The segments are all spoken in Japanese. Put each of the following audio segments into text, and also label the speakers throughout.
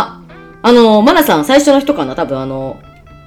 Speaker 1: あの、マナさん、最初の人かな、多分あの、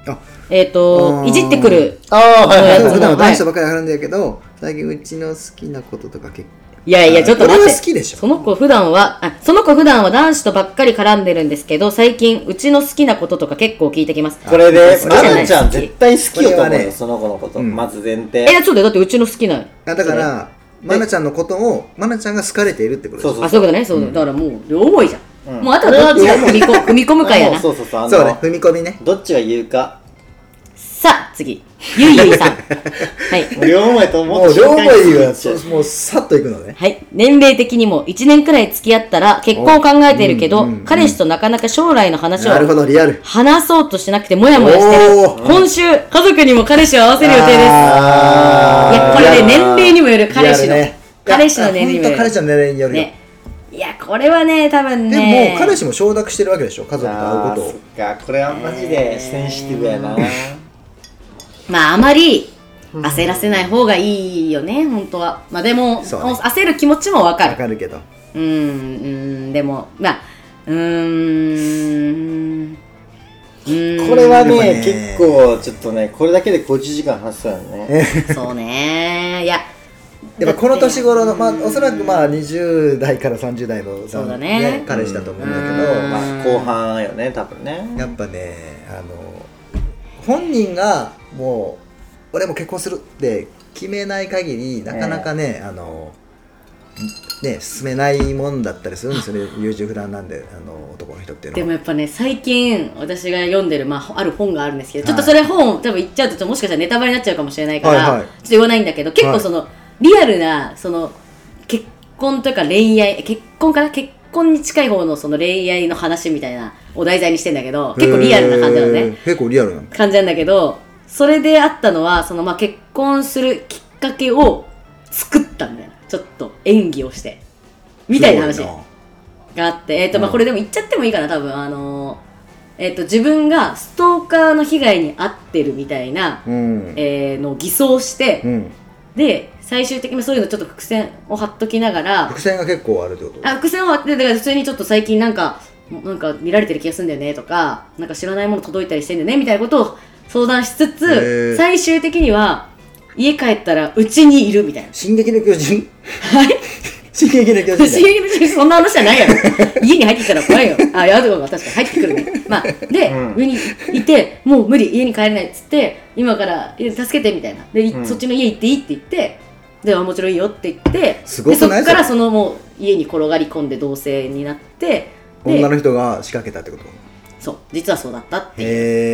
Speaker 2: あ
Speaker 1: えっ、と
Speaker 2: あ、ー
Speaker 1: いじってくる。
Speaker 3: ああ、はいはい
Speaker 1: そうやつ
Speaker 3: はい。
Speaker 2: 普段は
Speaker 1: はい
Speaker 2: 男子とばっかりやるんだけど、最近うちの好きなこととか結構。
Speaker 1: いやいや、ちょっと待
Speaker 2: 俺
Speaker 1: っ
Speaker 2: は好
Speaker 1: て。
Speaker 2: きでし
Speaker 1: そ
Speaker 2: ょ。
Speaker 1: の子普段は、あ、その子普段は男子とばっかり絡んでるんですけど、最近、うちの好きなこととか結構聞いてきます。
Speaker 3: これで、
Speaker 1: 好きじゃ
Speaker 3: ま
Speaker 1: ない
Speaker 3: なちゃん絶対好きよ
Speaker 2: これ
Speaker 3: と思う
Speaker 2: は
Speaker 3: よ、
Speaker 2: ね
Speaker 3: その子のこと。
Speaker 2: うん
Speaker 3: まず前提
Speaker 1: え、。そうだよ。だってうちの好きな。
Speaker 2: あだから、まなちゃんのことを、まなちゃんが好かれているってことでしょ。
Speaker 3: そう
Speaker 1: あ、そういうことね。そうだ。だからもう、両思いじゃん。
Speaker 3: うん
Speaker 1: もうあとはどっちが踏 み込踏み込むかや
Speaker 3: あ
Speaker 1: な。
Speaker 3: そうそうそう、あ
Speaker 2: そうね、
Speaker 3: の、
Speaker 2: 踏み込みね。
Speaker 3: どっちが言うか。
Speaker 1: さあ、次。ゆいゆいさん。はい。
Speaker 3: 両思いと思
Speaker 2: も
Speaker 3: っ
Speaker 2: う
Speaker 3: て
Speaker 2: 両思い
Speaker 3: が
Speaker 2: は、そうもうさっといくのね。
Speaker 1: はい。年齢的にも1年くらい付き合ったら結婚を考えているけ
Speaker 2: お
Speaker 1: ど
Speaker 2: うんうんうん、
Speaker 1: 彼氏となかなか将来の話
Speaker 2: なるほ
Speaker 1: を
Speaker 2: ど、リアル。
Speaker 1: 話そうとしなくてもやもやして
Speaker 2: お
Speaker 1: る。今週、家族にも彼氏を合わせる予定です。い
Speaker 2: あー
Speaker 1: や、これね、年齢にもよる。彼氏の
Speaker 2: リアルね。
Speaker 1: 彼氏の年齢にも
Speaker 2: ほんと
Speaker 1: よ
Speaker 2: 彼氏
Speaker 1: る。
Speaker 2: の年齢によるよ。
Speaker 1: ね。いや、これはね、多分
Speaker 2: で
Speaker 1: ね。
Speaker 2: も、彼氏も承諾してるわけでしょ、家族と会
Speaker 3: あ
Speaker 2: う
Speaker 3: ー
Speaker 2: こと
Speaker 3: そ
Speaker 2: を。
Speaker 3: っか、これはマジでセンシティブやな。
Speaker 1: まああまり焦らせない方がいいよね、本当は。まあでも、
Speaker 2: そうね
Speaker 1: 焦る気持ちもわか
Speaker 2: わ
Speaker 1: る。
Speaker 2: かるけど。
Speaker 1: うん、うん、でも、まあ、うーん。うーん
Speaker 3: これはね、
Speaker 2: で
Speaker 3: 結
Speaker 2: もね
Speaker 3: 構、ちょっとね、これだけで50時間話そうよね。
Speaker 1: そうねいや
Speaker 2: やっぱこの年頃の、まあ、おそらくま
Speaker 1: あ
Speaker 2: あ20代から30代の、
Speaker 1: そうだね
Speaker 2: 彼氏だと思うんだ
Speaker 1: う
Speaker 2: け
Speaker 1: ん
Speaker 2: ど、
Speaker 3: まあ、後半よね、多分
Speaker 2: や
Speaker 3: ね。
Speaker 2: っぱねあの本人がもう俺も結婚するって決めない限りなかなかね、あのね進めないもんだったりするんですよね優柔不断なんであの男の人っていう
Speaker 1: で
Speaker 2: の
Speaker 1: も
Speaker 2: は
Speaker 1: やっぱね最近私が読んでる、まあ、ある本があるんですけどちょっとそれ本多分言っちゃうともしかしたらネタバレになっちゃうかもしれないから、
Speaker 2: はいは
Speaker 1: ちょ
Speaker 2: い
Speaker 1: っと言わないんだけど結構その、リアルなその結婚というか恋愛結婚かな結婚に近い方のその恋愛の話みたいなお題材にしてんだけど結構リアルな感じなのね
Speaker 2: へー結構リアルなの
Speaker 1: 感じなんだけどそれであったのはそのまあ結婚するきっかけを作ったみたいなちょっと演技をしてみたいな話
Speaker 2: すご
Speaker 1: があってえっ、とまあ
Speaker 2: うん
Speaker 1: これでも言っちゃってもいいかな多分あのーえっ、と自分がストーカーの被害に遭ってるみたいな、
Speaker 2: うん
Speaker 1: えーのを偽装して、
Speaker 2: うん
Speaker 1: で最終的にそういうのちょっと伏線を張っときながら
Speaker 2: 伏線が結構あるってこと
Speaker 1: あ伏線はあってだから普通にちょっと最近なんかなんか見られてる気がするんだよねとかなんか知らないもの届いたりしてんだよねみたいなことを相談しつ
Speaker 2: へ
Speaker 1: つ
Speaker 2: ー
Speaker 1: 最終的には家帰ったらうちにいるみたいな。
Speaker 2: 進撃の巨人はい 進撃の巨人だよ
Speaker 1: そんな話じゃないやろ家に入ってきたら怖いよあヤドが確かに入ってくるねまあで、
Speaker 3: うん
Speaker 1: 上にいてもう無理家に帰れないっつって今から家助けてみたいなで、い
Speaker 3: うん
Speaker 1: そっちの家行っていいって言ってであもちろんいいよって言って
Speaker 2: すごくない
Speaker 1: でそっから
Speaker 2: そ
Speaker 1: そのもう家に転がり込んで同棲になってで
Speaker 2: 女の人が仕掛けたってこと
Speaker 1: そう実はそうだったっていう
Speaker 2: へ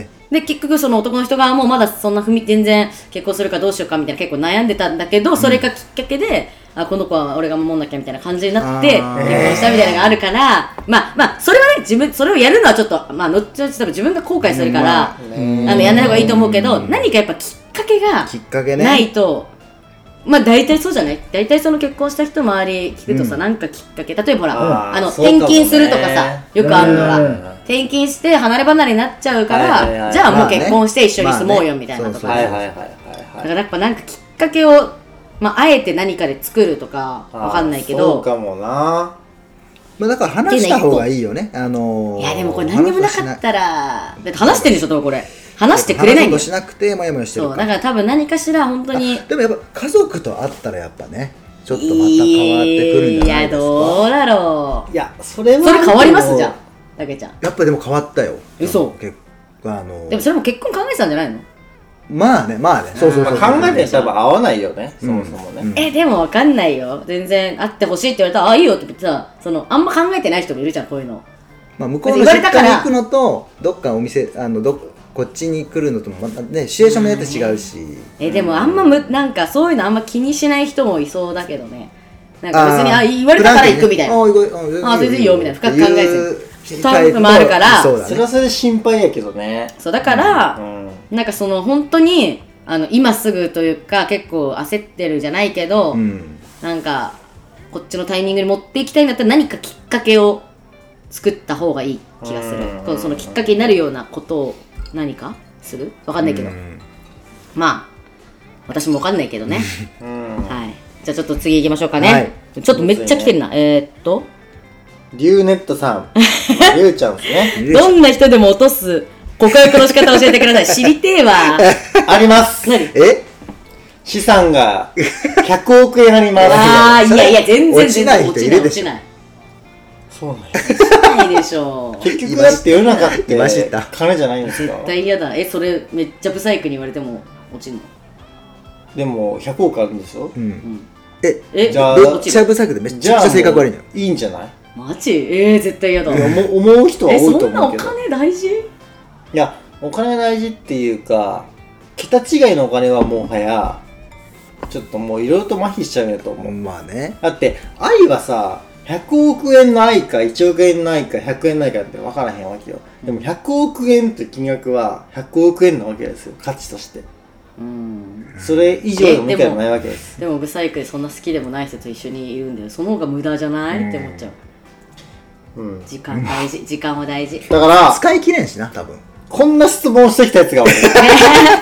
Speaker 2: え
Speaker 1: で結局その男の人側もまだそんな踏み全然結婚するかどうしようかみたいな結構悩んでたんだけどそれがきっかけで、あこの子は俺が守んなきゃみたいな感じになって結
Speaker 2: あ
Speaker 1: 婚
Speaker 2: ー
Speaker 1: したみたいなのがあるから、まあまあそれはね自分それをやるのはちょっとまあ後々多分自分が後悔するから、
Speaker 3: うん
Speaker 1: あのやらない方がいいと思うけど
Speaker 2: うん
Speaker 1: 何かやっぱきっかけが
Speaker 2: きっかけね
Speaker 1: ないと、まあ大体そうじゃない大体その結婚した人周り聞くとさ、
Speaker 2: うん
Speaker 1: なんかきっかけ例えばほら、
Speaker 3: あー
Speaker 1: あの
Speaker 3: そうかも
Speaker 1: 転
Speaker 3: ね
Speaker 1: 勤するとかさよくあるのが、
Speaker 3: うん
Speaker 1: 転勤して離れ離れになっちゃうから、
Speaker 3: はいはいはい
Speaker 1: じゃあも
Speaker 2: ま
Speaker 1: う
Speaker 2: あね
Speaker 1: 結婚して一緒に住もうよみたいなとか、
Speaker 2: まあ
Speaker 3: はい
Speaker 2: ね
Speaker 3: はいはい
Speaker 1: だ
Speaker 3: はい
Speaker 1: か
Speaker 3: はい。
Speaker 1: らやっぱなんかきっかけを、まあ、あえて何かで作るとかわかんないけ
Speaker 3: あーそう
Speaker 1: ど
Speaker 3: かもな。
Speaker 2: まあ、だから話した方がいいよね。あのー
Speaker 1: いやでもこれ何にもなかったらだって話してるでしょ多分これ話してくれないんだ
Speaker 2: 話
Speaker 1: よ
Speaker 2: そうとしなくて、もやもやしてる
Speaker 1: そ
Speaker 2: か
Speaker 1: うだ
Speaker 2: ら。
Speaker 1: から多分何かしら本当に
Speaker 2: あでもやっぱ家族と会ったらやっぱね、ちょっとまた変わってくるんじゃない
Speaker 1: や
Speaker 2: ですか。
Speaker 1: どうだろ
Speaker 3: いや、それ
Speaker 1: う
Speaker 3: は。
Speaker 1: それ変わりますじゃんだけちゃん
Speaker 2: やっぱでも変わったよ。
Speaker 1: 嘘
Speaker 2: 結構、あのー
Speaker 1: でもそれも結婚考えてたんじゃないの
Speaker 2: まあね、まあね。そうそうそう
Speaker 3: まあ考えてる人は多分合わないよね、そもそも
Speaker 2: うん
Speaker 3: ね。
Speaker 1: えでもわかんないよ全然会ってほしいって言われたらあいいよって言ってさそのあんま考えてない人もいるじゃんこういうの
Speaker 2: まあ、向こうの
Speaker 1: 言わ
Speaker 2: 実
Speaker 1: れ
Speaker 2: 家
Speaker 1: たから
Speaker 2: に行くのと、どっかお店、あの、どっこっちに来るのともまたね、シチュエーションもやって違うし。
Speaker 1: えでもあんまむなんかそういうのあんま気にしない人もいそうだけどねなんか別にあ言われたから行くみたいな、
Speaker 2: あーフランクにねあー、
Speaker 1: あ全然いいよみたいな深く考えず
Speaker 2: ず
Speaker 1: タイプもあるから
Speaker 2: そうだ
Speaker 3: そ
Speaker 2: ね
Speaker 3: れ。はそれで心配やけどね。
Speaker 1: そうだから
Speaker 3: う、ん。
Speaker 1: なんかその本当にあの今すぐというか結構焦ってるじゃないけど、
Speaker 2: うん
Speaker 1: なんかこっちのタイミングに持っていきたいんだったら何かきっかけを作った方がいい気がする
Speaker 3: うん
Speaker 1: このそのきっかけになるようなことを何かするわかんないけど、
Speaker 2: うん
Speaker 1: まあ私もわかんないけど ね
Speaker 3: うん。
Speaker 1: はいじゃあちょっと次行きましょうかね、
Speaker 2: はい
Speaker 1: ちょっとめっちゃ来てるなえー、っと
Speaker 3: リュウネットさん リュウちゃんですね
Speaker 1: どんな人でも落とす告白の仕方教えてくださ い。知りてえわ。
Speaker 3: あります
Speaker 1: 何
Speaker 2: え
Speaker 3: 資産が100億円あります
Speaker 1: ああ、い
Speaker 2: それ
Speaker 1: やいや、全然
Speaker 2: 落ち
Speaker 1: 全
Speaker 2: ない
Speaker 1: 然
Speaker 2: 人
Speaker 1: 落
Speaker 2: い
Speaker 1: ちない、
Speaker 2: る
Speaker 1: 落
Speaker 2: で
Speaker 1: ち
Speaker 2: しょ
Speaker 1: ない。
Speaker 3: そうなんや。
Speaker 1: 落ちないでしょ
Speaker 3: 結局だって世の中っ
Speaker 2: いま
Speaker 3: て
Speaker 2: した
Speaker 3: 金じゃないんですか
Speaker 1: 絶対嫌だ。え、それめっちゃブサイクに言われても落ちんの
Speaker 3: でも100億あるんでしょ
Speaker 2: うん
Speaker 1: え
Speaker 2: え
Speaker 1: え
Speaker 3: じゃあ
Speaker 2: めっ
Speaker 1: 落ち
Speaker 2: ちゃ
Speaker 1: る
Speaker 2: 不細工でめち
Speaker 3: じゃ
Speaker 2: ゃ
Speaker 3: あ
Speaker 2: くちゃ性格悪いのよ
Speaker 3: もういいんじゃない
Speaker 1: マジえー、絶対嫌だ
Speaker 3: いや思う思う人は
Speaker 1: え
Speaker 3: 多いと
Speaker 1: そんな
Speaker 3: 思う
Speaker 1: お
Speaker 3: けど
Speaker 1: 金大事
Speaker 3: いやお金大事っていうか桁違いのお金はもはやちょっともういろいろと麻痺しちゃうんやと思う
Speaker 2: まあね
Speaker 3: だって愛はさ100億円の愛か1億円の愛か100円の愛かって分からへんわけよでも100億円って金額は100億円なわけですよ価値として
Speaker 1: うん
Speaker 3: それ以上の向きはないわけです
Speaker 1: でもブサイクでそんな好きでもない人と一緒にいるんだよその方が無駄じゃない、って思っちゃう
Speaker 3: うん
Speaker 1: 時間大 事時間は大事
Speaker 3: だから
Speaker 2: 使い切れんしな多分
Speaker 3: こんな質問してきたやつ がおる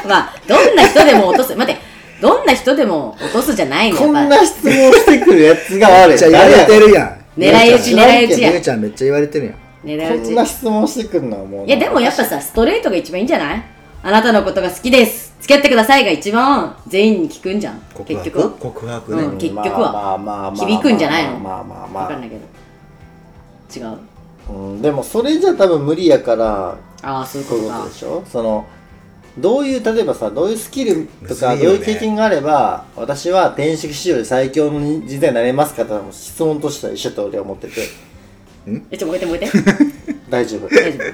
Speaker 1: まあどんな人でも落とす待ってどんな人でも落とすじゃないの
Speaker 3: こん
Speaker 1: やっぱ
Speaker 3: な質問してくるや つが悪
Speaker 2: め
Speaker 3: い
Speaker 2: っちゃ言われてるやん
Speaker 1: 狙い撃ち狙い撃ち
Speaker 2: ゆ
Speaker 1: や
Speaker 2: うちゃんめっちゃ言われてるやん
Speaker 1: 狙
Speaker 3: こ
Speaker 1: い撃
Speaker 3: ん
Speaker 1: ち
Speaker 3: な質問してくるのはもう
Speaker 1: いやでもやっぱさストレートが一番いいんじゃないあなたのことが好きです付き合ってくださいが一番全員に効くんじゃん
Speaker 2: 告
Speaker 1: 結
Speaker 2: 白
Speaker 1: 局は
Speaker 2: 告白
Speaker 1: うん
Speaker 2: ね
Speaker 1: 結局は
Speaker 3: まあまあまあまあ
Speaker 1: 響くんじゃないの
Speaker 3: まあまあ
Speaker 1: 分
Speaker 3: ま
Speaker 1: かん
Speaker 3: あ
Speaker 1: ないけど違う
Speaker 3: うんでもそれじゃ多分無理やから
Speaker 1: ああそういう
Speaker 3: こ
Speaker 1: こ
Speaker 3: う
Speaker 1: と
Speaker 3: いうこ
Speaker 1: か
Speaker 3: とでしょそのどういう例えばさどういうスキル
Speaker 2: む
Speaker 3: とか
Speaker 2: ずいよね
Speaker 3: どういう経験があれば私は転職市場で最強の人材になれますかって多分質問としては一緒と俺は 思ってて
Speaker 1: えちょっと燃えて燃えて
Speaker 3: 大丈夫
Speaker 1: 大丈夫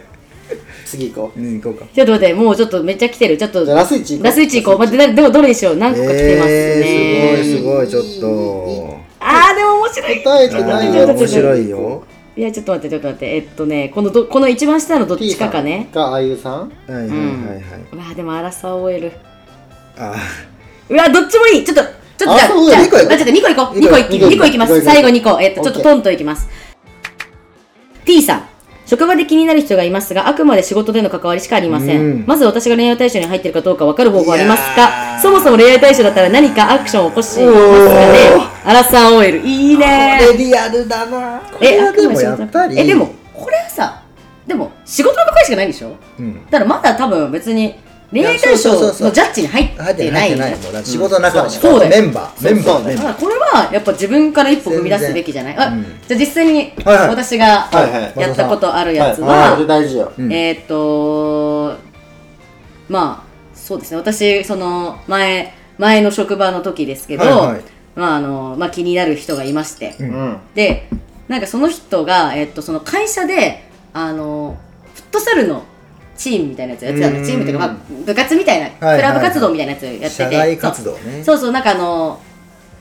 Speaker 3: 次行こ
Speaker 2: うん行こうか
Speaker 1: ちょっと待ってもうちょっとめっちゃ来てるちょっと
Speaker 3: うじゃあラスイチ行こう
Speaker 1: ラスイチ行こう。待って、なでもどれにしよう。何個か来てますね。
Speaker 2: えー、すごいすごいちょっ
Speaker 1: あー、でも面白い。
Speaker 3: 答え
Speaker 2: と
Speaker 3: て
Speaker 2: あ
Speaker 3: ない
Speaker 1: ちょ
Speaker 2: ー
Speaker 1: っと
Speaker 2: 面白いよ
Speaker 1: いや、ちょっと待って、ちょっと待って。えっとね、このど、この一番下のどっ
Speaker 3: T
Speaker 1: ち
Speaker 3: さ
Speaker 1: か
Speaker 3: ん
Speaker 1: かね。
Speaker 3: かあゆさん
Speaker 2: はいはいはいはい、
Speaker 1: うわー、でも争を終える。
Speaker 2: あ
Speaker 1: うわー、どっちもいい。ちょっと、ちょっとじゃあ、
Speaker 3: 争う
Speaker 1: じゃあ、あ
Speaker 3: よ二個
Speaker 1: ちょっ
Speaker 3: 行こう
Speaker 1: と2個行こう。
Speaker 2: 二
Speaker 1: 2
Speaker 2: 個
Speaker 1: 個
Speaker 2: 行
Speaker 1: 行
Speaker 2: こ
Speaker 1: き、
Speaker 3: う
Speaker 1: 2個行きま
Speaker 3: 二
Speaker 1: す。
Speaker 3: 個行こう
Speaker 1: 最後2個。えっと、
Speaker 3: オッ
Speaker 1: ち
Speaker 3: ケ
Speaker 1: ょっと
Speaker 3: ー
Speaker 1: トンと行きます。T さん。職場で気になる人がいますが、あくまで仕事での関わりしかありません。
Speaker 2: うん
Speaker 1: まず私が恋愛対象に入ってるかどうか分かる方法あります
Speaker 2: い
Speaker 1: か
Speaker 2: やー
Speaker 1: そもそも恋愛対象だったら何かアクションを起こしますかねアラサー OL。いいねー。
Speaker 2: ーこれリアルだなこれはでもやっぱり
Speaker 1: えでもこれはさでも仕事の関係しかないでしょ
Speaker 2: うん
Speaker 1: だからまだ多分別に恋愛対象
Speaker 2: いやそうそうそうそ
Speaker 1: の
Speaker 2: う
Speaker 1: ジャッジに入
Speaker 2: 入
Speaker 1: っ
Speaker 2: ってて
Speaker 1: な
Speaker 2: ないいないもうだって仕事の中の仕
Speaker 1: そう
Speaker 2: 事
Speaker 1: だよ
Speaker 2: メンバーメンバ
Speaker 3: そう
Speaker 2: ー
Speaker 3: だ
Speaker 2: メ
Speaker 3: よ
Speaker 2: ン
Speaker 1: だ
Speaker 2: バ
Speaker 1: から
Speaker 2: ー
Speaker 1: これはやっぱ自分から一歩踏み出すべきじゃないあ、
Speaker 2: 全然うん
Speaker 1: じゃあ実際に
Speaker 2: はいはい
Speaker 1: 私が
Speaker 3: はいはい
Speaker 1: やったことあるやつ
Speaker 3: はい
Speaker 1: は
Speaker 3: あそれ大事よ
Speaker 2: うん
Speaker 1: えーっ、とまあそうですね私その前前の職場の時ですけど、
Speaker 2: はいはい
Speaker 1: まああのまあ、気になる人がいまして、
Speaker 3: う
Speaker 2: うん
Speaker 3: ん
Speaker 1: でなんかその人が、えっとその会社であのフットサルのチームみたいなやつやってた
Speaker 2: う
Speaker 1: の
Speaker 2: ん
Speaker 1: チームというか、まあ、部活みたいなク
Speaker 2: はい
Speaker 1: ラブ活動みたいなやつやってて、
Speaker 2: 社外活動ね
Speaker 1: そうそうそうなんかあの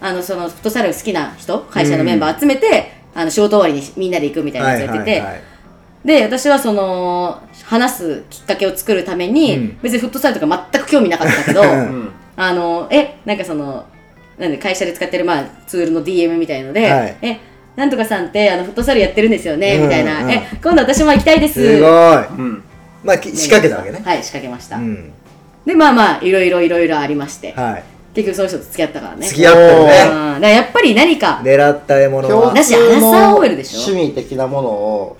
Speaker 1: あのそのフットサル好きな人会社のメンバー集めてあの仕事終わりにみんなで行くみたいなやつやってて、
Speaker 2: い
Speaker 1: で私はその話すきっかけを作るために、
Speaker 2: うん
Speaker 1: 別にフットサルとか全く興味なかったけど
Speaker 2: うん
Speaker 3: うん
Speaker 1: あのえなんかそのなんで会社で使ってる、まあ、ツールの DM みたいので、
Speaker 2: はい
Speaker 1: えなんとかさんってあのフットサルやってるんですよね、
Speaker 2: うん
Speaker 1: みたいな、
Speaker 2: うん
Speaker 1: え今度私も行きたいです
Speaker 2: すごい
Speaker 3: うん
Speaker 2: まあき仕掛けたわけね
Speaker 1: はい仕掛けました、
Speaker 2: うん
Speaker 1: でまあまあいろいろいろいろありまして、
Speaker 2: はい
Speaker 1: 結局その人と付き合ったからね
Speaker 2: 付き合ってる
Speaker 1: うん
Speaker 2: ね
Speaker 1: だからやっぱり何か
Speaker 2: 狙った獲物は
Speaker 1: なしアラサー OL でしょ
Speaker 3: 趣味的なものを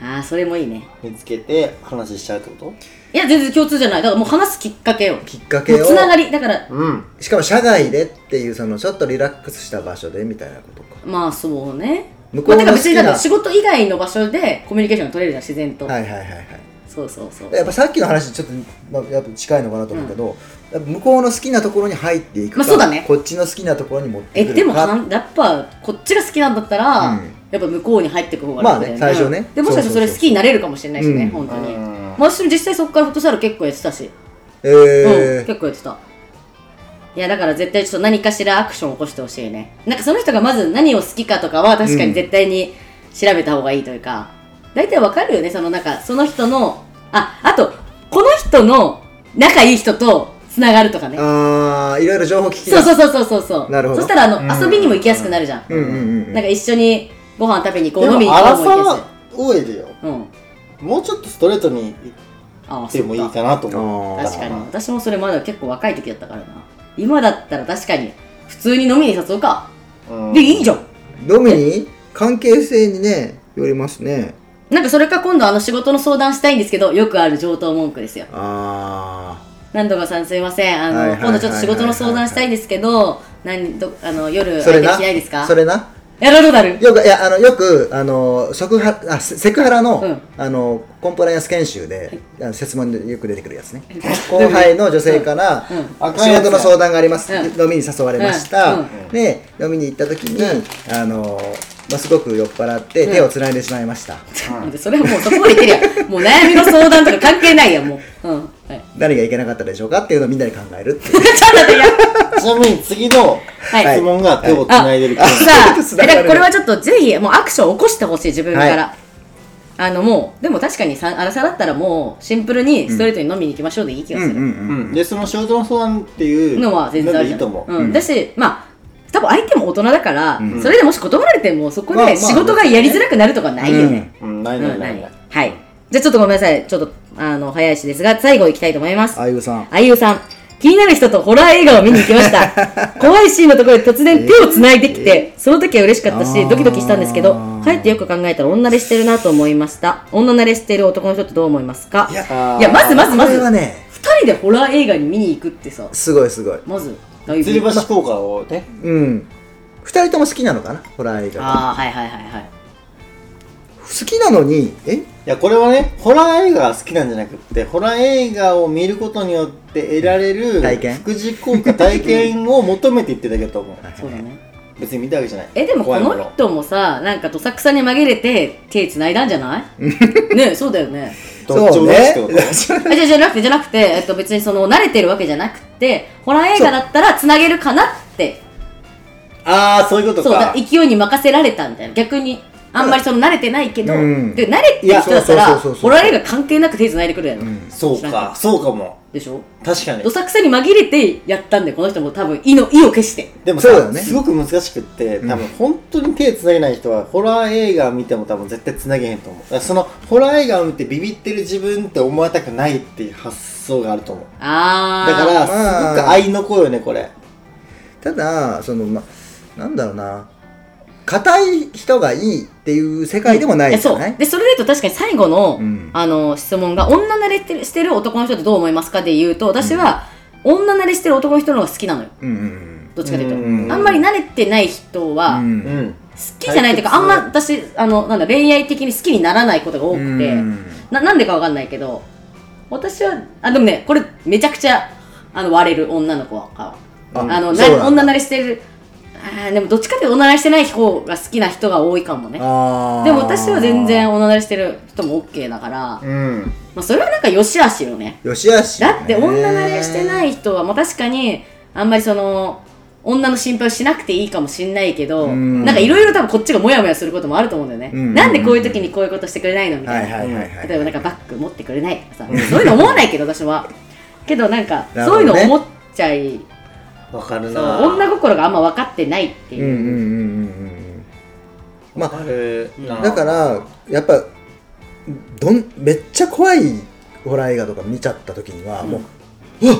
Speaker 1: ああそれもいいね
Speaker 3: 見つけて話しちゃうってこ
Speaker 1: いや全然共通じゃないだからもう話すきっかけを
Speaker 2: きっかけを
Speaker 1: もうつながりだから
Speaker 3: とうん
Speaker 2: しかも社外でっていうそのちょっとリラックスした場所でみたいなことか
Speaker 1: まあそうね
Speaker 2: 向こうの
Speaker 1: まあ、てか別にだって
Speaker 2: 好きな
Speaker 1: 仕事以外の場所でコミュニケーションが取れるじゃん自然と、
Speaker 2: はいはいはいはい
Speaker 1: そうそうそう
Speaker 2: やっぱさっきの話ちょっと、まあ、やっぱ近いのかなと思うけど、やっぱ向こうの好きなところに入っていくか、
Speaker 1: まあそうだね
Speaker 2: こっちの好きなところに持って
Speaker 1: え
Speaker 2: くるか
Speaker 1: でもかんやっぱこっちが好きなんだったら、
Speaker 2: うん
Speaker 1: やっぱ向こうに入ってく方が
Speaker 2: まあ
Speaker 1: 楽だ
Speaker 2: ね
Speaker 1: よね,うん、
Speaker 2: 最初ね
Speaker 1: でもしかしたらそれ
Speaker 2: そうそうそう
Speaker 1: 好きになれるかもしれないしね、
Speaker 2: うん
Speaker 1: 本当に、
Speaker 3: うん
Speaker 1: まあ私も実際そこからフットサル結構やってたし、
Speaker 2: え
Speaker 1: うん
Speaker 2: ー
Speaker 1: 結構やってたいやだから絶対ちょっと何かしらアクションを起こしてほしいねなんかその人がまず何を好きかとかは確かに絶対に調べた方がいいというか、大体わかるよねそのなんかその人のああとこの人の仲いい人とつながるとかね
Speaker 2: ああいろいろ情報聞き
Speaker 1: そう
Speaker 2: な
Speaker 1: そうそうそうそうそう
Speaker 2: なるほど
Speaker 1: そしたらあの、
Speaker 3: うん
Speaker 1: 遊びにも行きやすくなるじゃん、
Speaker 2: うんうんうん
Speaker 1: なんか一緒にご飯食べに行こ
Speaker 3: で
Speaker 1: う飲みに
Speaker 3: も
Speaker 1: 行
Speaker 3: ア
Speaker 1: こ
Speaker 3: ラ
Speaker 1: うも行き
Speaker 3: サ
Speaker 1: や
Speaker 3: ー OL よ
Speaker 1: すいうん
Speaker 3: もうちょっとストレートに
Speaker 1: ああ
Speaker 3: 行ってもいいかなと思う
Speaker 2: あー
Speaker 1: 確かに私もそれまだ結構若い時だったからな今だったら確かに普通に飲みに誘うか
Speaker 3: うん
Speaker 1: でいいじゃん
Speaker 2: 飲みに関係性にね言われますね
Speaker 1: なんかそれか今度あの仕事の相談したいんですけど、よくある上等文句ですよ。
Speaker 2: あ
Speaker 1: 何度かさんすいません。あ
Speaker 2: はいはい
Speaker 1: の、
Speaker 2: はい
Speaker 1: 今度ちょっと仕事の相談したいんですけど、何ど、あの、夜、
Speaker 2: あ
Speaker 1: 相
Speaker 2: それ
Speaker 1: 手し
Speaker 2: な
Speaker 1: ないですか
Speaker 2: それな
Speaker 1: やらどうなる
Speaker 2: よくいやあのよくあの食ハあセセクハラの,、
Speaker 1: うん
Speaker 2: あのコンプライアンス研修で、あの説問でよく出てくるやつね後輩の女性から、
Speaker 1: うん
Speaker 3: うん
Speaker 2: 仕事の相談があります、
Speaker 1: うん
Speaker 2: 飲みに誘われました、
Speaker 1: うん
Speaker 3: うん
Speaker 2: で飲みに行った時に、あのまあ、すごく酔っ払って手をつないでしまいました、
Speaker 1: うんそれはもうそこまで言ってるやん。もう悩みの相談とか関係ないやん、もう。うん。はい。
Speaker 2: 何がいけなかったでしょうかっていうのをみんなで考えるっていう
Speaker 3: ちなみに次の
Speaker 1: はい
Speaker 3: 質問が手をつないでる
Speaker 1: あ
Speaker 3: か
Speaker 1: さ
Speaker 3: ら、
Speaker 1: あ
Speaker 2: つなが
Speaker 1: えだ
Speaker 2: る
Speaker 1: からこれはちょっとぜひもうアクションを起こしてほしい自分から、あのもうでも確かにさあらさだったらもうシンプルにストレートに飲みに行きましょうでいい気がする、
Speaker 3: うん、でその仕事の相談っていう
Speaker 1: のは全然あ
Speaker 3: の
Speaker 1: る
Speaker 3: でい
Speaker 1: じゃ
Speaker 3: い
Speaker 1: ん
Speaker 3: と思う、
Speaker 1: うん、だしまあ多分相手も大人だから、
Speaker 2: ん
Speaker 1: それでもし断られてもそこ
Speaker 2: まあまあ
Speaker 1: で仕事がやりづらくなるとかないよね、
Speaker 3: うん、ない
Speaker 1: うん
Speaker 3: な
Speaker 1: な
Speaker 3: いない
Speaker 1: い
Speaker 3: ない
Speaker 1: はいじゃあちょっとごめんなさいちょっとあの早いしですが最後いきたいと思います
Speaker 2: あゆさん
Speaker 1: あゆうさん気になる人とホラー映画を見に行きました怖いシーンのところで突然手をつないできて、その時は嬉しかった
Speaker 2: あ
Speaker 1: し
Speaker 2: ー
Speaker 1: ドキドキしたんですけどかえってよく考えたら女慣れしてるなと思いました女慣れしてる男の人ってどう思いますか
Speaker 2: い
Speaker 1: い
Speaker 2: や
Speaker 1: や
Speaker 3: あー
Speaker 1: まずまずま
Speaker 2: こ
Speaker 1: ず
Speaker 2: れは
Speaker 1: 2
Speaker 2: ね
Speaker 1: 人でホラー映画に見に行くってさ
Speaker 2: すごいすごい
Speaker 1: まずだいぶ
Speaker 3: 吊り橋効果をね
Speaker 2: うん二人とも好きなのかなホラー映画
Speaker 1: ああはいはいはいはい
Speaker 2: 好きなのにえ
Speaker 3: いやこれはねホラー映画が好きなんじゃなくってホラー映画を見ることによって得られる
Speaker 2: 体験
Speaker 3: 副次効果体験を求めていってるだけだと思う
Speaker 1: そうだね
Speaker 3: 別に見たわけじゃない
Speaker 1: えでもこ
Speaker 3: 怖いも
Speaker 1: の人もさなんかどさくさに紛れて手繋いだんじゃないねそうだよね
Speaker 3: どっちもどっちってこと
Speaker 2: そうね
Speaker 1: あじゃあじゃなくてじゃなくて、えっと、別にその慣れてるわけじゃなくてホラー映画だったらつなげるかなって
Speaker 3: ああそういうこと
Speaker 1: そうだ
Speaker 3: か
Speaker 1: 勢いに任せられたみたいな逆にあんまりその慣れてないけど、
Speaker 2: うん
Speaker 1: で慣れてる人だった
Speaker 2: いや
Speaker 1: ら
Speaker 2: そうそうそうそ
Speaker 1: ホ
Speaker 2: う
Speaker 1: ラー映画関係なく手繋いでくるやろ、
Speaker 2: うん
Speaker 3: そうかそうかも
Speaker 1: でしょ
Speaker 3: 確かに
Speaker 1: どさくさに紛れてやったんでこの人も多分意の意を決して
Speaker 3: でも
Speaker 2: そうだよ
Speaker 3: さ、
Speaker 2: ね
Speaker 3: すごく難しくって
Speaker 2: うん
Speaker 3: 多分本当に手つなげない人はホラー映画見ても多分絶対つなげへんと思うだからそのホラー映画を見てビビってる自分って思われたくないっていう発想があると思う
Speaker 1: あ
Speaker 3: だ
Speaker 1: あ
Speaker 3: からす
Speaker 2: まあ
Speaker 3: ごく愛の子よねこれ
Speaker 2: ただそのまなんだろうな硬い人がいいっていう世界でもないじゃ
Speaker 1: そ
Speaker 2: な
Speaker 1: う
Speaker 2: い
Speaker 1: でそれで言うと確かに最後の、
Speaker 2: うん
Speaker 1: あの質問が女慣れしてるしてる男の人ってどう思いますかで言うと私は、女慣れしてる男の人の方が好きなのよ
Speaker 2: うんうん
Speaker 1: どっちかというと
Speaker 3: うん
Speaker 1: あんまり慣れてない人
Speaker 2: う
Speaker 1: は、好
Speaker 2: ん
Speaker 3: うん
Speaker 1: きじゃないというかあ
Speaker 3: 対
Speaker 1: ん
Speaker 3: 決
Speaker 1: ま私あのなんだ恋愛的に好きにならないことが多くて、
Speaker 2: うん
Speaker 1: ななんでかわかんないけど私はあでもねこれめちゃくちゃあの割れる女の子はあ
Speaker 2: あ
Speaker 1: あのな
Speaker 2: そうなんだ
Speaker 1: 女慣れしてるあーでもどっちかというと女慣れしてない方が好きな人が多いかもね
Speaker 2: あー
Speaker 1: でも私は全然おなだれしてる人も OK だから、ま
Speaker 3: うん
Speaker 1: あ、それはなんか良し悪しよね
Speaker 2: よしあし
Speaker 1: だって女慣れしてないい人は、まあ、確かにあんまりその女の心配をしなくていいかもしんないけど、
Speaker 2: うん
Speaker 1: なんかいろいろ多分こっちがモヤモヤすることもあると思うんだよね、
Speaker 2: うん
Speaker 1: なんでこういう時にこういうことしてくれないのみたい
Speaker 2: は
Speaker 1: な、
Speaker 2: いはいはいはい
Speaker 1: 例えばなんかバッグ持ってくれないとかさ、そういうの思わないけど私 はけどなんか
Speaker 2: なる
Speaker 1: そ
Speaker 2: ほ
Speaker 1: ういう
Speaker 2: どね
Speaker 1: の思っちゃい
Speaker 3: わかる
Speaker 1: そう
Speaker 3: な
Speaker 1: 女心があんま分かってないっていう
Speaker 2: うんうんうん
Speaker 1: う、
Speaker 2: うんうんま
Speaker 3: わ
Speaker 2: あ
Speaker 3: かるな
Speaker 2: だからやっぱどんめっちゃ怖いホラー映画とか見ちゃった時にはもう、うわっ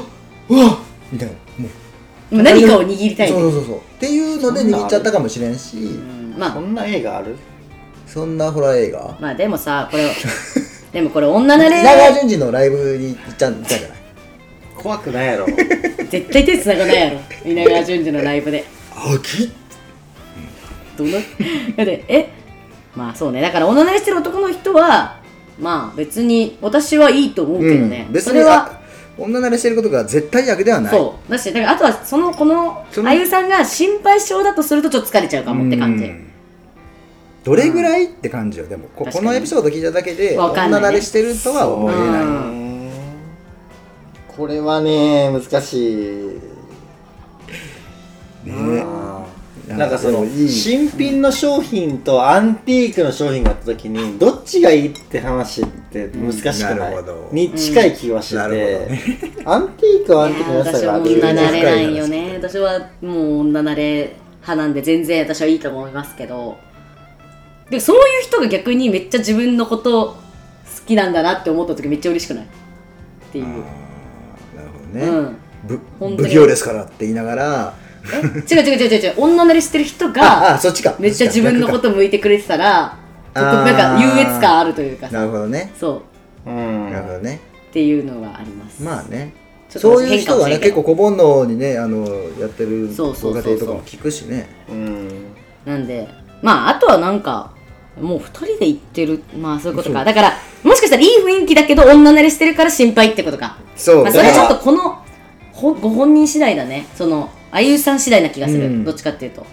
Speaker 2: うわっみたいなもう
Speaker 1: 今何かを握りたい
Speaker 2: そうそうそうそうっていうので握っちゃったかもしれんし
Speaker 1: うんまあ
Speaker 3: こんな映画ある
Speaker 2: そんなホラー映画
Speaker 1: まあでもさこれでもこれ女慣
Speaker 2: 稲川
Speaker 1: れ
Speaker 2: 淳二のライブに行っちゃったじゃない
Speaker 3: 怖くないや ろ
Speaker 1: 絶対手繋がないやろ稲川淳二のライブで
Speaker 2: あき
Speaker 1: どの だってえまあそうねだから女慣れしてる男の人はまあ別に私はいいと思うけどね、
Speaker 2: うん、別
Speaker 1: そ
Speaker 2: に
Speaker 1: れは
Speaker 2: あ女慣れしてることが絶対悪ではない
Speaker 1: そうだしだからあとはそのこの
Speaker 2: その
Speaker 1: あゆさんが心配性だとするとちょっと疲れちゃうかもって感じ、
Speaker 2: うんどれぐらいって感じよでもこ
Speaker 1: 確か
Speaker 2: こ
Speaker 1: に
Speaker 2: のエピソード聞いただけで
Speaker 1: わかんな
Speaker 2: 女
Speaker 1: いね
Speaker 2: 慣れしてるとは思え
Speaker 1: そう
Speaker 2: ない、
Speaker 1: ん
Speaker 3: これはね難しい
Speaker 2: ね
Speaker 3: うんなんかその
Speaker 2: でもいい
Speaker 3: 新品の商品とアンティークの商品があった時にどっちがいいって話って難しく
Speaker 2: な
Speaker 3: ない
Speaker 2: るほど
Speaker 3: に近い気はして
Speaker 2: なる
Speaker 3: て アンティークはアンティークの良
Speaker 1: 私
Speaker 3: さが
Speaker 1: は
Speaker 3: あ
Speaker 1: 女慣れ
Speaker 3: る
Speaker 1: ないよね私はもう女慣れ派なんで全然私はいいと思いますけどでもそういう人が逆にめっちゃ自分のこと好きなんだなって思った時めっちゃ嬉しくないってい
Speaker 2: あ
Speaker 1: う、
Speaker 2: ーなるほど
Speaker 1: う
Speaker 2: ね、
Speaker 1: ん、
Speaker 2: ぶ
Speaker 1: 本当に
Speaker 2: 不器用ですからって言いながら
Speaker 1: え違う違う違う違う女慣れしてる人
Speaker 2: あ
Speaker 1: が
Speaker 2: あそっちか
Speaker 1: めっちゃ自分のこと向いてくれてたらとなんか優越感あるというか
Speaker 2: な
Speaker 1: さ
Speaker 2: るほどね
Speaker 1: そう
Speaker 2: なるほ
Speaker 3: ん
Speaker 2: どね
Speaker 1: っていうのがあります
Speaker 2: まあね
Speaker 1: ちょっと
Speaker 2: そういう人はね
Speaker 1: 変
Speaker 2: 結
Speaker 1: か
Speaker 2: 構
Speaker 1: もしれんけど
Speaker 2: 小煩悩にねあのやってるご
Speaker 1: そうそうそう
Speaker 2: 家
Speaker 1: そう
Speaker 2: 庭とかも聞くしね
Speaker 3: うん
Speaker 1: なんでまああとはなんかもう2人で行ってるまあそういうこと
Speaker 2: そ
Speaker 1: か
Speaker 2: う
Speaker 1: だからもしかしたらいい雰囲気だけど女慣れしてるから心配ってことか、
Speaker 2: そ
Speaker 1: まあ、それはちょっとこのほご本人次第だねそのあゆさん次第な気がする、
Speaker 2: うん
Speaker 1: どっちかっていうと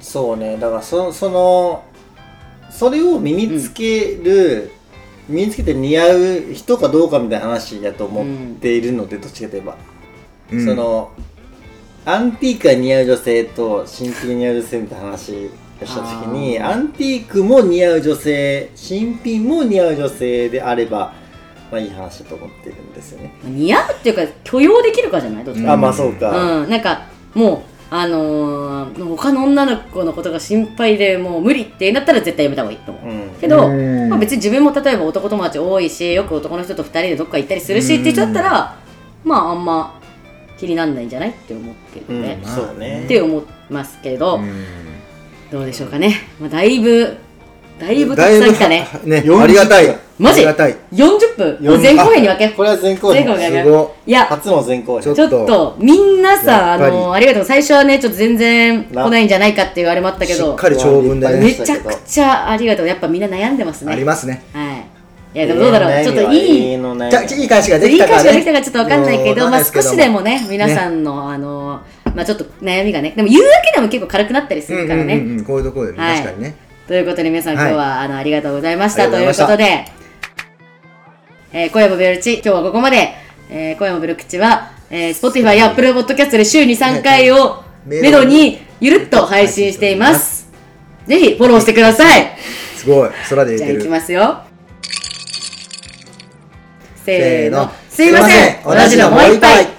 Speaker 3: そうねだからそそのそれを身につける、身につけて似合う人かどうかみたいな話やと思っているので、どっちかといえば、
Speaker 2: うん
Speaker 3: そのアンティークが似合う女性と新品が似合う女性みたいな話をした時に
Speaker 1: あー
Speaker 3: アンティークも似合う女性新品も似合う女性であればまあいい話だと思ってるんですよね、
Speaker 1: 似合うっていうか許容できるかじゃないどっちかっていうと
Speaker 3: あまあそうか、
Speaker 1: うん、なんかもうあのー他の女の子のことが心配でもう無理ってなったら絶対やめた方がいいと思う、
Speaker 3: うん
Speaker 1: けど、
Speaker 2: うん
Speaker 1: まあ、別に自分も例えば男友達多いしよく男の人と2人でどっか行ったりするしって人だったら、まああんま気になんないんじゃないって思ってるので、
Speaker 3: うん
Speaker 1: っ
Speaker 3: そうね
Speaker 1: て思いますけど、
Speaker 2: うん
Speaker 1: どうでしょうかね、まあ、だいぶだいぶたくさん来た ね
Speaker 2: だいぶはね、
Speaker 3: 40
Speaker 2: ありがたい。
Speaker 1: マジ
Speaker 2: ありがたい。
Speaker 1: 40分
Speaker 3: 40
Speaker 1: 前後編に分け
Speaker 3: これは全校
Speaker 1: 前後
Speaker 3: 編
Speaker 1: 編
Speaker 2: す
Speaker 1: に分け
Speaker 2: ご
Speaker 1: いや
Speaker 3: 初の全校
Speaker 2: ちょ
Speaker 3: 編
Speaker 2: っ
Speaker 1: ちょっとみんなさ
Speaker 2: や
Speaker 1: あ
Speaker 2: っぱり
Speaker 1: のありがとう最初はねちょっと全然来ないんじゃないかっていうあれもあった
Speaker 2: い。
Speaker 1: け
Speaker 2: しっ
Speaker 1: ど
Speaker 2: かり長文で
Speaker 1: め
Speaker 2: ね。
Speaker 1: ちゃくちゃありがとうやっぱみんな悩んでますね
Speaker 2: ありますね。
Speaker 1: はいいやでもどうだろう、ちょっといい
Speaker 3: のね
Speaker 2: じゃあ、いい返しがで
Speaker 1: い
Speaker 2: き
Speaker 1: い
Speaker 2: た
Speaker 1: 返
Speaker 2: から
Speaker 1: し
Speaker 2: ね。
Speaker 1: ができたかちょっとわかんないけど
Speaker 2: うん
Speaker 1: まあ
Speaker 2: わかんな
Speaker 1: 少
Speaker 2: いです
Speaker 1: し
Speaker 2: け
Speaker 1: で
Speaker 2: ど
Speaker 1: もね皆さんの、あのまあちょっと悩みがねでも言うだけでも結構軽くなったりす
Speaker 2: うんう
Speaker 1: る
Speaker 2: ん
Speaker 1: からね、
Speaker 2: うんうん、こういうところでね、
Speaker 1: はい
Speaker 2: 確かにね。
Speaker 1: ということで皆さん今
Speaker 2: はい
Speaker 1: 日は、あのありがとうございました
Speaker 2: あり
Speaker 1: と
Speaker 2: が
Speaker 1: い
Speaker 2: とう
Speaker 1: う
Speaker 2: ご
Speaker 1: こ
Speaker 2: ざいました
Speaker 1: とで、えー、今夜もベルチ今日はここまで、えー、今夜もベル口は、えー、Spotify や Apple Podcast で週に3回を
Speaker 2: ね
Speaker 1: めどにゆるっと配信していますぜひフォローしてください
Speaker 2: すごい、空
Speaker 1: じ
Speaker 2: で言
Speaker 1: ゃあ
Speaker 2: って
Speaker 1: いき
Speaker 2: る。
Speaker 1: ますよせーのす
Speaker 2: せー
Speaker 1: い
Speaker 2: の
Speaker 1: ません同じのもう一杯